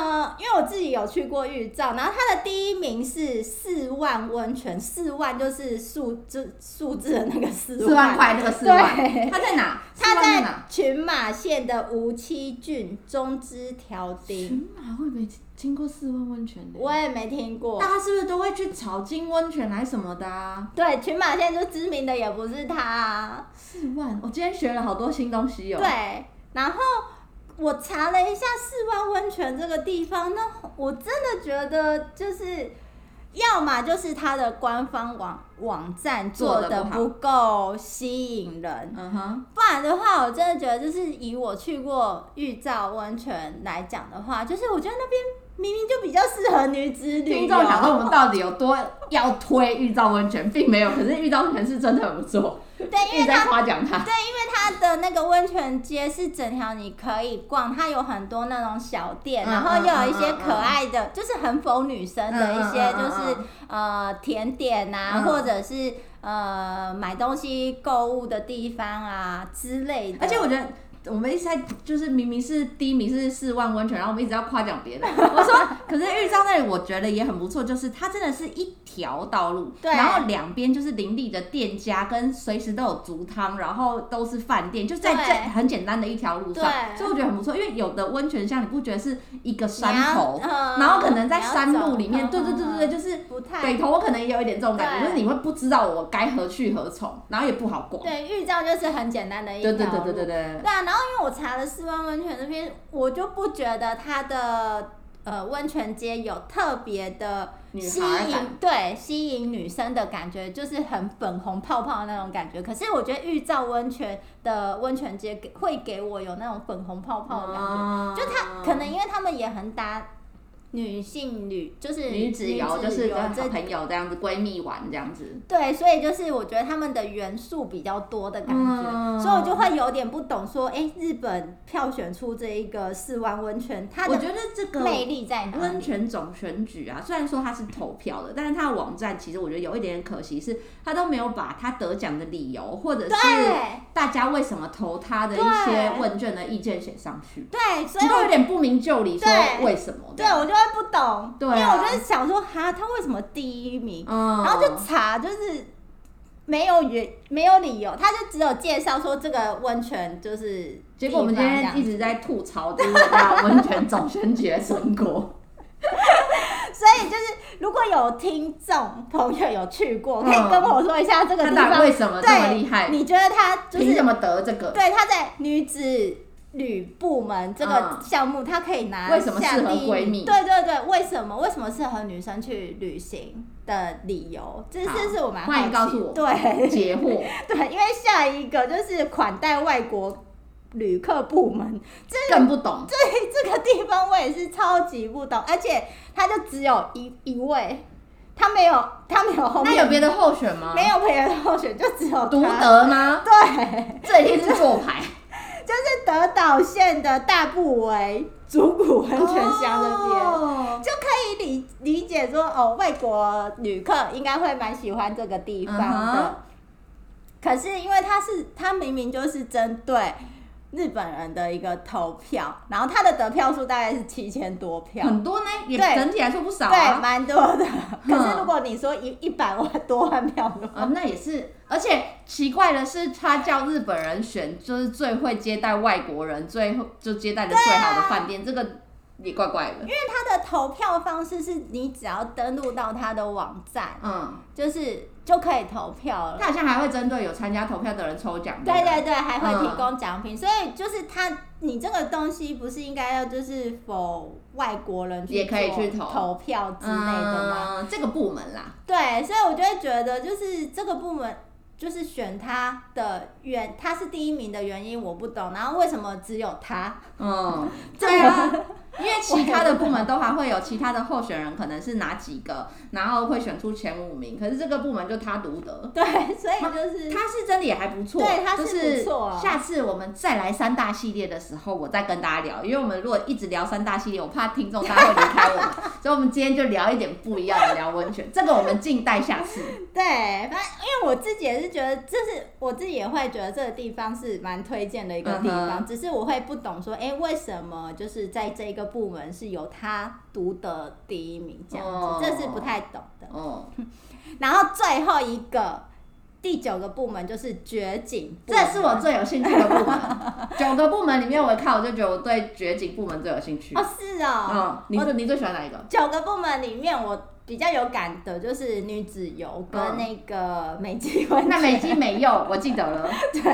S1: 呃，因为我自己有去过玉造，然后它的第一名是四万温泉，四万就是数字数字的那个四
S2: 四万块那个四万，
S1: 对
S2: 它在哪？
S1: 它
S2: 四万
S1: 在
S2: 哪？
S1: 群马县的无期郡中支条町，
S3: 群马会没经过四万温泉的？
S1: 我也没听过。
S2: 大家是不是都会去草金温泉来什么的啊？
S1: 对，群马县就知名的也不是它、啊。
S2: 四万，我今天学了好多新东西哦。
S1: 对，然后我查了一下四万温泉这个地方，那我真的觉得就是，要么就是它的官方网网站
S2: 做
S1: 做
S2: 得
S1: 的
S2: 不好
S1: 不够吸引人，
S2: 嗯哼，
S1: 不然的话，我真的觉得就是以我去过玉造温泉来讲的话，就是我觉得那边明明就比较适合女子旅哦游
S2: 听众想说我们到底有多要推玉造温泉，并没有，可是玉造温泉是真的很不错，
S1: 对，
S2: 一
S1: 因
S2: 直
S1: 为它
S2: 在夸奖它。
S1: 它的那个温泉街是整条你可以逛，它有很多那种小店，
S2: 嗯
S1: 然后又有一些可爱的，就是很否女生的一些，
S2: 嗯嗯嗯嗯
S1: 就是、呃甜点啊，
S2: 嗯
S1: 或者是呃买东西购物的地方啊之类的。
S2: 而且我觉得。我们一直在就是明明是第一名是四万温泉，然后我们一直要夸奖别 人。我说，可是玉照那里我觉得也很不错，就是它真的是一条道 路，
S1: 对
S2: 然后两边就是林立的店家，跟随时都有足汤，然后都是饭店，就在
S1: 对
S2: 这很简单的一条路上，
S1: 对
S2: 所以我觉得很不错。因为有的温泉像你不觉得是一个
S1: 你要
S2: 山头，
S1: 嗯
S2: 然后可能在
S1: 你要
S2: 山
S1: 走
S2: 路里面，
S1: 嗯
S2: 对对
S1: 嗯
S2: 对
S1: 嗯
S2: 对对，就是
S1: 不太
S2: 北头我可能也有一点这种感觉，
S1: 对
S2: 就是你会不知道我该何去何从，然后也不好逛。
S1: 对，玉照就是很简单的一条
S2: 对对对
S1: 路
S2: 对对对。
S1: 对啊，然后因为我查了四万温泉这边，我就不觉得它的呃温泉街有特别的
S2: 女
S1: 吸
S2: 孩感
S1: 引，对吸引女生的感觉，就是很粉红泡泡的那种感觉。可是我觉得玉造温泉的温泉街给会给我有那种粉红泡泡的感觉，
S2: 哦
S1: 就它可能因为他们也很搭女性旅，就是
S2: 女子游就是
S1: 游
S2: 跟
S1: 这
S2: 好朋友这样子，闺蜜玩这样子。
S1: 对，所以就是我觉得他们的元素比较多的感觉，
S2: 嗯
S1: 所以我就会有点不懂说，哎、日本票选出这一个四万温泉，它
S2: 我
S1: 的
S2: 觉得这个
S1: 魅力在哪
S2: 温
S1: 里？
S2: 泉总选举啊，虽然说它是投票的，但是它的网站其实我觉得有一点可惜，是它都没有把它得奖的理由，或者是
S1: 对
S2: 大家为什么投它的一些
S1: 对
S2: 问卷的意见写上去，
S1: 对，所以
S2: 你都有
S1: 我
S2: 点不明就里，说
S1: 对
S2: 为什么？
S1: 对我就会不懂，
S2: 对啊
S1: 因为我就是想说，哈，他为什么第一名？
S2: 嗯，
S1: 然后就查，就是没有原没有理由，他就只有介绍说这个温泉就是
S2: 结果我们
S1: 地
S2: 今
S1: 方这样
S2: 天一直在吐槽这 个大温泉总选举的成果。
S1: 所以就是如果有听众朋友有去过，可以
S2: 嗯
S1: 跟我说一下这个
S2: 他
S1: 地
S2: 到
S1: 方
S2: 底为什么这么
S1: 对
S2: 厉害？
S1: 你觉得他就
S2: 凭
S1: 是
S2: 什么得这个？
S1: 对他在女子旅部门这个
S2: 嗯
S1: 项目，他可以拿
S2: 为什么
S1: 下
S2: 适合
S1: 第一
S2: 闺
S1: 名
S2: 蜜
S1: 对对对，为什么为什么适合女生去旅行的理由？这
S2: 好
S1: 这是我蛮好
S2: 欢迎告
S1: 奇
S2: 诉我
S1: 对
S2: 解惑。
S1: 对，因为下一个就是款待外国旅客部门，
S2: 更不懂，
S1: 这个地方我也是超级不懂，而且他就只有一一位，他没有他没有后
S2: 那
S1: 面
S2: 有别的候选吗？
S1: 没有朋友的候选，就只有
S2: 独
S1: 他
S2: 得吗？
S1: 对。
S2: 这一定是做 牌，
S1: 就是德岛县的大部为竹谷温泉乡那边。
S2: 哦
S1: 就可以理理解说，哦，外国旅客应该会蛮喜欢这个地方的。
S2: 嗯哼
S1: 可是因为它是，它明明就是针对日本人的一个投票，然后它的得票数大概是七千多票，
S2: 很多呢，也
S1: 对
S2: 整体来说不少
S1: 对，
S2: 啊。
S1: 蛮多的。可是如果你说一一百万多万票的话，
S2: 啊，那也是，而且奇怪的是，他叫日本人选，就是最会接待外国人，最会就接待的最好的饭店，这个也怪怪的。
S1: 因为它的投票方式是你只要登录到它的网站，
S2: 嗯，
S1: 就是就可以投票了。
S2: 他好像还会针对有参加投票的嗯人抽奖。
S1: 对
S2: 不
S1: 对对，还会提供奖品，所以就是它，你这个东西不是应该要就是否外国人去
S2: 也可以
S1: 做
S2: 去投
S1: 投票之类的吗？
S2: 嗯，这个部门啦，
S1: 对，所以我就会觉得就是这个部门。就是选他的原，他是第一名的原因我不懂，然后为什么只有他？
S2: 嗯，
S1: 这
S2: 对啊
S1: 个，
S2: 因为其他的部门都还会有其他的候选人，可能是哪几个，然后会选出前五名，可是这个部门就他独得。
S1: 对，所以就是
S2: 他是真的也还不错，
S1: 对他
S2: 就是是
S1: 不错啊
S2: 下次我们再来 三大系列的时候，我再跟大家聊，因为我们如果一直聊三大系列，我怕听众大家会离开我们，所以我们今天就聊一点不一样的，聊温泉，这个我们静待下 次。
S1: 对，反正因为我自己也是觉得，就是我自己也会觉得这个地方是蛮推荐的一个地
S2: 嗯
S1: 方，
S2: 哼
S1: 只是我会不懂说，哎、为什么就是在这个部门是由他独得第一名这样子，
S2: 哦
S1: 这是不太懂的。
S2: 哦，
S1: 然后最后一个第九个部门就是绝景部
S2: 这
S1: 门，
S2: 是我最有兴趣的部门。九个部门里面，我一看我就觉得我对绝景部门最有兴趣。
S1: 哦是哦，
S2: 嗯，你最你最喜欢哪一个？
S1: 九个部门里面我。比较有感的就是女子游跟
S2: 嗯
S1: 那个美肌温泉，
S2: 那美肌美柚，我记得了。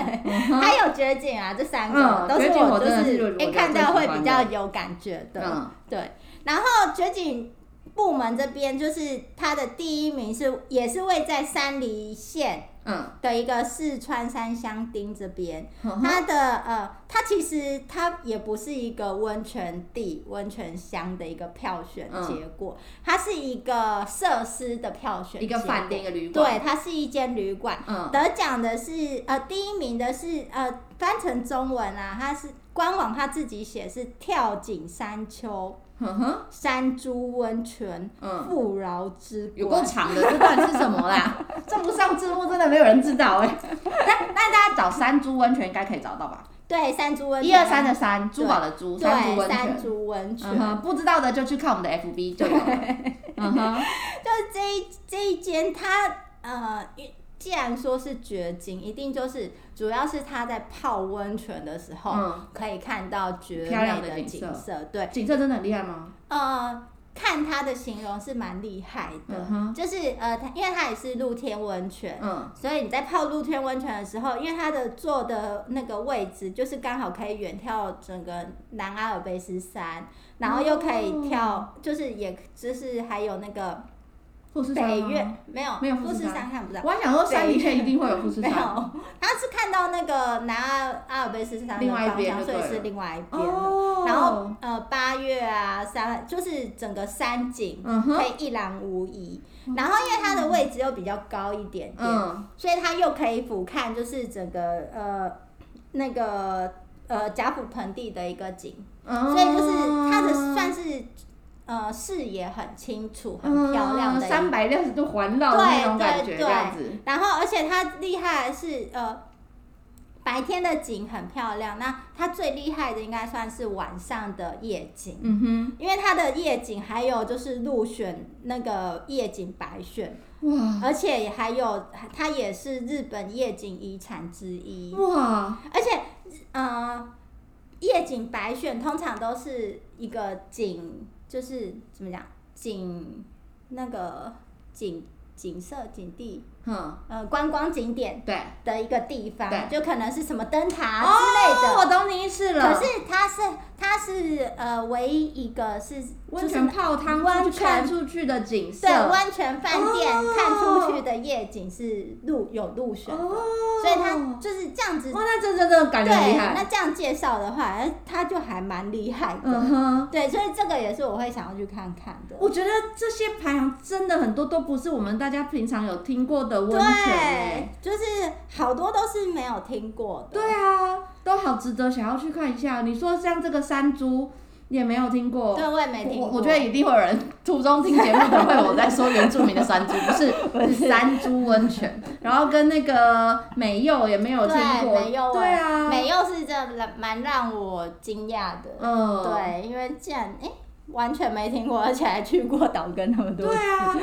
S1: 还有绝景啊，这三个、
S2: 嗯
S1: 都是
S2: 绝景我
S1: 就
S2: 真的是
S1: 是
S2: 我
S1: 哎、
S2: 我
S1: 看
S2: 最喜
S1: 到会
S2: 欢
S1: 比
S2: 的
S1: 较有感觉的。
S2: 嗯，
S1: 对，然后绝景部门这边就是它的第一名是也是位在山梨县
S2: 嗯，
S1: 的一个四川山乡町这边，
S2: 嗯
S1: 它的呃，它其实它也不是一个温泉地、温泉乡的一个票选
S2: 嗯
S1: 结果，它是一个设施的票选，
S2: 一个饭店，一。个旅
S1: 对，
S2: 馆。
S1: 它是一间旅馆，
S2: 嗯，
S1: 得奖的是呃第一名的是呃翻成中文啊，它是官网他自己写是跳井山丘
S2: 哼哼，
S1: 山猪温泉
S2: 嗯，
S1: 富饶之
S2: 有够
S1: 国。
S2: 长的，这到底是什么啦？ 这不上字幕真的没有人知道哎、那那大家找山猪温泉应该可以找到吧？
S1: 对，山猪温泉。啊
S2: 一二三的山，珠宝的珠，山猪
S1: 对，
S2: 温
S1: 山
S2: 泉。
S1: 猪温泉、
S2: 嗯哼，不知道的就去看我们的 FB 就有 了。嗯哼，
S1: 就是这一这一间它呃。既然说是绝景，一定就是主要是它在泡温泉的时候、
S2: 嗯
S1: 可以看到绝
S2: 漂亮
S1: 美
S2: 的
S1: 的景
S2: 景色
S1: 色。对，
S2: 景色真的很厉害吗？
S1: 呃，看它的形容是蛮厉害的，
S2: 嗯哼，
S1: 就是呃，它因为它也是露天温泉，
S2: 嗯，
S1: 所以你在泡露天温泉的时候，因为它的坐的那个位置就是刚好可以远眺整个南阿尔卑斯山，然后又可以跳，就是也就是还有那个
S2: 富士山
S1: 北
S2: 吗
S1: 岳，没有
S2: 没有富
S1: 富
S2: 士
S1: 士
S2: 山
S1: 山看不到。
S2: 我还想说山里面一定会有富士
S1: 没有，
S2: 山。
S1: 他是看到那个南阿阿尔卑斯山的
S2: 另外一
S1: 方
S2: 边
S1: 向，
S2: 就
S1: 所以
S2: 对
S1: 是
S2: 了
S1: 另外一边的。
S2: 哦
S1: 然后呃，八月啊，山就是整个山景
S2: 嗯哼
S1: 可以一览无遗。然后因为它的位置又比较高一点点，
S2: 嗯，
S1: 所以它又可以俯瞰就是整个呃那个呃贾府盆地的一个景，
S2: 嗯
S1: 所以就是它的算是呃视野很清楚、
S2: 嗯
S1: 很漂亮的一
S2: 三百六十度环绕的那种感
S1: 对对
S2: 觉，
S1: 对
S2: 这样子。
S1: 然后，而且它厉害的是，呃，白天的景很漂亮，那它最厉害的应该算是晚上的夜景，
S2: 嗯
S1: 因为它的夜景还有就是入选那个夜景白选，
S2: 哼，
S1: 而且也还有它也是日本夜景遗产之一
S2: 哇，哇，
S1: 而且，呃，夜景白选通常都是一个景，就是怎么讲景那个景景色景地。
S2: 嗯，
S1: 呃观光景点
S2: 对。
S1: 的一个地方
S2: 对，哦
S1: 就可能是什么灯塔之类的。
S2: 我懂你意思了。
S1: 可是它是它是呃唯一一个是
S2: 温泉
S1: 就是
S2: 泡汤
S1: 温
S2: 出去
S1: 泉
S2: 看出去的景色，
S1: 对温泉饭店
S2: 哦
S1: 看出去的夜景是入有入选的，
S2: 哦，
S1: 所以它就是这样子。
S2: 哇，那这真的感觉很
S1: 对，
S2: 厉害。
S1: 那这样介绍的话，哎它就还蛮厉害的。
S2: 嗯哼，
S1: 对，所以这个也是我会想要去看看的。
S2: 我觉得这些排行真的很多都不是我们大家平常有听过的温泉
S1: 对
S2: 欸。，
S1: 就是好多都是没有听过的。
S2: 对啊，都好值得想要去看一下。你说像这个山猪也没有听过，
S1: 对，我也没听过。
S2: 我我觉得一定会有 人途中听节目的会我在说原住民的山猪， 不是是山猪温泉，然后跟那个美柚也没有听过，
S1: 对，没有，
S2: 对啊，
S1: 没有是真的蛮让我惊讶的。
S2: 嗯，
S1: 对，因为竟然哎、诶完全没听过，而且还去过岛根那么多
S2: 对。啊，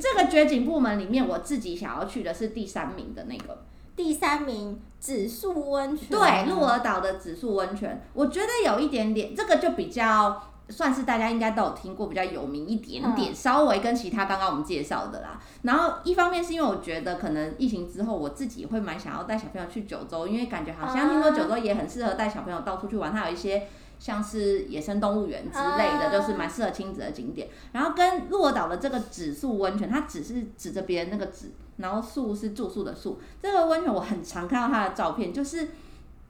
S2: 这个绝景部门里面，我自己想要去的是第三名的那个，
S1: 第三名指数温泉，
S2: 对，鹿儿岛的指数温泉，我觉得有一点点，这个就比较算是大家应该都有听过，比较有名一点点，稍微跟其他刚刚我们介绍的啦。然后一方面是因为我觉得可能疫情之后，我自己会蛮想要带小朋友去九州，因为感觉好像
S1: 啊
S2: 听说九州也很适合带小朋友到处去玩，它有一些。像是野生动物园之类的，
S1: 啊
S2: 就是蛮适合亲子的景点。然后跟鹿儿岛的这个指宿温泉，它只是指着别人那个指，然后宿是住宿的宿。这个温泉我很常看到它的照片，就是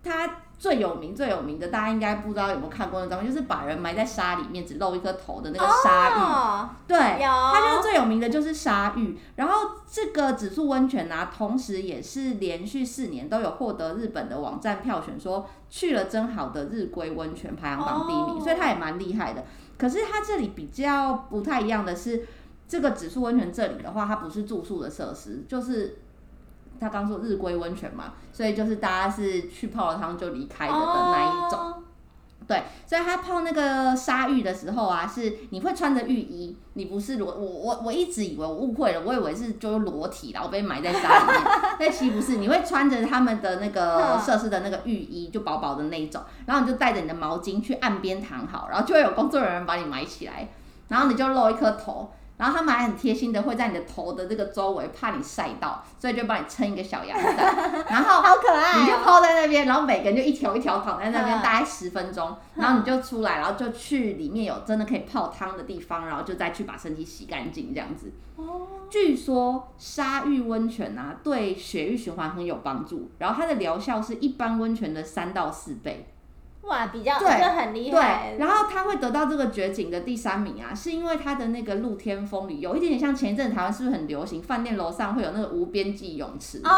S2: 它最有名最有名的，大家应该不知道有没有看过那张，就是把人埋在沙里面，只露一颗头的那个鲨鱼。
S1: 哦，
S2: 对，
S1: 有，
S2: 它就是最有名的就是鲨鱼。然后这个指数温泉啊，同时也是连续四年都有获得日本的网站票选说去了真好的日归温泉排行榜第一名，
S1: 哦
S2: 所以它也蛮厉害的。可是它这里比较不太一样的是，这个指数温泉这里的话，它不是住宿的设施，就是他刚说日归温泉嘛，所以就是大家是去泡了汤就离开的的那一种。
S1: 种，
S2: 对，所以他泡那个沙浴的时候啊，是你会穿着浴衣，你不是裸。我我我一直以为我误会了，我以为是就是裸体，然后被埋在沙里面，但其实不是，你会穿着他们的那个
S1: 嗯
S2: 设施的那个浴衣，就薄薄的那一种，然后你就带着你的毛巾去岸边躺好，然后就会有工作人员把你埋起来，然后你就露一颗头。然后他们还很贴心的会在你的头的这个周围，怕你晒到，所以就帮你撑一个小阳伞。然后
S1: 好可
S2: 你
S1: 爱
S2: 就
S1: 哦、
S2: 泡在那边，然后每个人就一条一条躺在那边，
S1: 嗯
S2: 大概十分钟，然后你就出来，然后就去里面有真的可以泡汤的地方，然后就再去把身体洗干净这样子。
S1: 哦
S2: 据说沙浴温泉啊，对血液循环很有帮助，然后它的疗效是一般温泉的三到四倍。
S1: 哇，比较就
S2: 对
S1: 很厉害
S2: 对，，然后他会得到这个绝景的第三名啊，是因为他的那个露天风雨有一点点像前一阵台湾是不是很流行，饭店楼上会有那个无边际泳池
S1: 哦，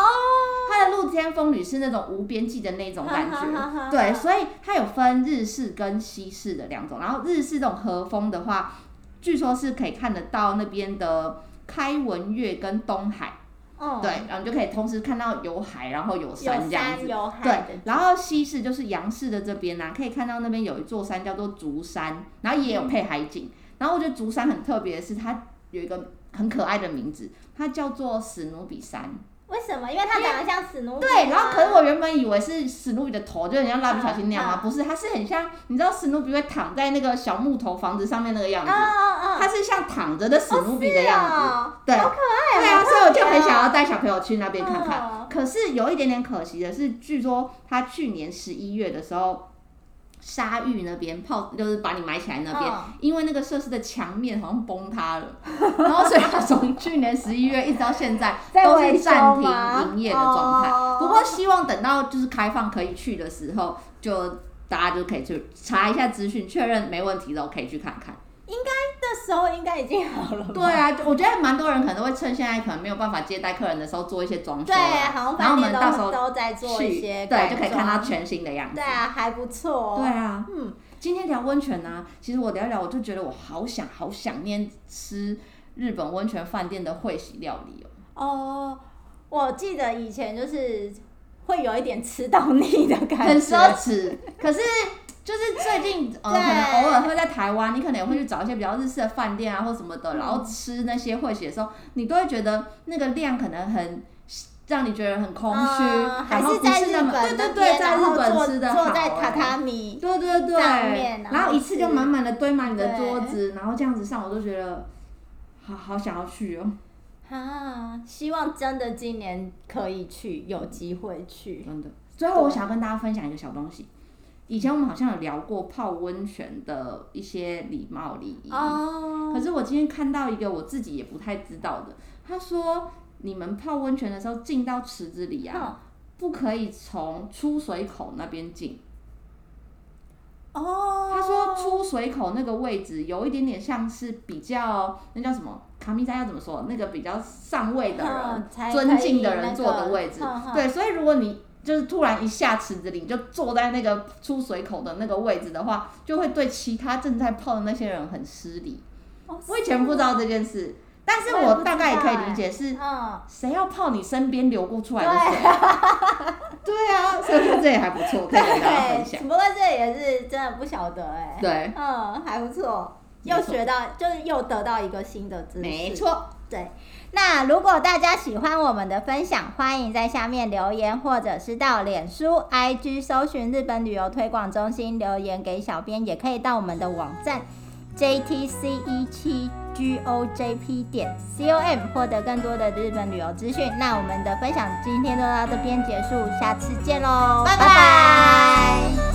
S2: 它的露天风雨是那种无边际的那种感
S1: 哈哈
S2: 觉，
S1: 哈
S2: 对，所以它有分日式跟西式的两种，然后日式这种和风的话，据说是可以看得到那边的开文月跟东海，
S1: 哦，
S2: 对，然后你就可以同时看到有海，然后有山
S1: 有
S2: 这样
S1: 山。
S2: 子
S1: 有海的
S2: 对，然后西式就是杨氏的这边呢、可以看到那边有一座山叫做竹山，然后也有配海景。然后我觉得竹山很特别的是，它有一个很可爱的名字，它叫做史努比山。
S1: 为什么？因为它长得像史努比吗。
S2: 对，然后可是我原本以为是史努比的头，就很像蜡笔小新那样
S1: 嗯
S2: 嘛，不是，它是很像，你知道史努比会躺在那个小木头房子上面那个样子
S1: 啊，啊啊！
S2: 它是像躺着的史努比的样子。
S1: 哦
S2: 对，
S1: 好可爱哦
S2: 对啊，
S1: 好特
S2: 所以我就
S1: 别
S2: 很
S1: 哦
S2: 想要带小朋友去那边看看。
S1: 嗯
S2: 可是有一点点可惜的是，据说他去年十一月的时候，沙域那边泡就是把你埋起来那边，
S1: 嗯
S2: 因为那个设施的墙面好像崩塌了， 然后所以他从去年十一月一直到现在
S1: 在
S2: 都
S1: 维
S2: 是
S1: 修
S2: 暂停
S1: 吗
S2: 营业的状态。
S1: 哦
S2: 不过希望等到就是开放可以去的时候，就大家就可以去查一下资讯，确认没问题的，可以去看看。
S1: 那时候应该已经好了吧。
S2: 对啊，我觉得蛮多人可能都会趁现在可能没有办法接待客人的时候做一些装修
S1: 对，
S2: 啊，
S1: 好像
S2: 然后我
S1: 饭
S2: 们
S1: 店
S2: 到时候
S1: 都都在做一
S2: 去
S1: 些
S2: 对，
S1: 改
S2: 就可以看
S1: 装
S2: 到全新的样子
S1: 对。啊，还不错。
S2: 对，啊，
S1: 嗯，
S2: 今天聊温泉啊，其实我聊一聊，我就觉得我好想好想念吃日本温泉饭店的会席料理哦。
S1: 哦，我记得以前就是会有一点吃到腻的感觉，
S2: 很奢侈，可是就是最近呃，
S1: 对
S2: 可能偶尔会在台湾，你可能也会去找一些比较日式的饭店啊或什么的，
S1: 嗯
S2: 然后吃那些会席的时候，你都会觉得那个量可能很。让你觉得很空虚，
S1: 嗯还
S2: 然后
S1: 是
S2: 不
S1: 在
S2: 那
S1: 日
S2: 么
S1: 本
S2: 对对
S1: 那
S2: 对，
S1: 边，
S2: 在
S1: 然
S2: 日
S1: 后
S2: 本
S1: 坐
S2: 吃的
S1: 坐在
S2: 好
S1: 榻
S2: 欸
S1: 榻米，
S2: 对对对，
S1: 上面然后
S2: 然后一次就
S1: 是
S2: 满满的堆满你的桌
S1: 对
S2: 子，然后这样子上，我都觉得好好想要去哦。
S1: 啊，希望真的今年可以去，有机会去。
S2: 真的。最后，我想要跟大家分享一个小东西。以前我们好像有聊过泡温泉的一些礼貌礼仪，
S1: 哦，
S2: 可是我今天看到一个我自己也不太知道的，他说你们泡温泉的时候进到池子里啊，不可以从出水口那边进。
S1: 哦，
S2: 他说出水口那个位置有一点点像是比较那叫什么卡米扎要怎么说？那个比较上位的人、
S1: 嗯才嗯
S2: 尊敬
S1: 可
S2: 的
S1: 以那
S2: 人
S1: 个
S2: 坐的位置。
S1: 哼哼
S2: 对，所以如果你就是突然一下池子里，你就坐在那个出水口的那个位置的话，就会对其他正在泡的那些人很失礼。
S1: 哦
S2: 我以前不知道这件事，但是
S1: 我也不
S2: 我
S1: 知
S2: 大概也可以
S1: 道欸
S2: 理解是
S1: 嗯，
S2: 谁要泡你身边流过出来的水。
S1: 啊
S2: 对啊，所以我觉得这也还不错，可以跟大家分享
S1: 对，。不过这也是真的不晓得哎、
S2: 对，
S1: 嗯，还不错，
S2: 没错
S1: 又学到，就是又得到一个新的知识。
S2: 没错。
S1: 对，那如果大家喜欢我们的分享，欢迎在下面留言，或者是到脸书、IG 搜寻日本旅游推广中心留言给小编，也可以到我们的网站 JTC 一七 GOJP 点 COM 获得更多的日本旅游资讯。那我们的分享今天就到这边结束，下次见喽，
S2: 拜拜
S1: 拜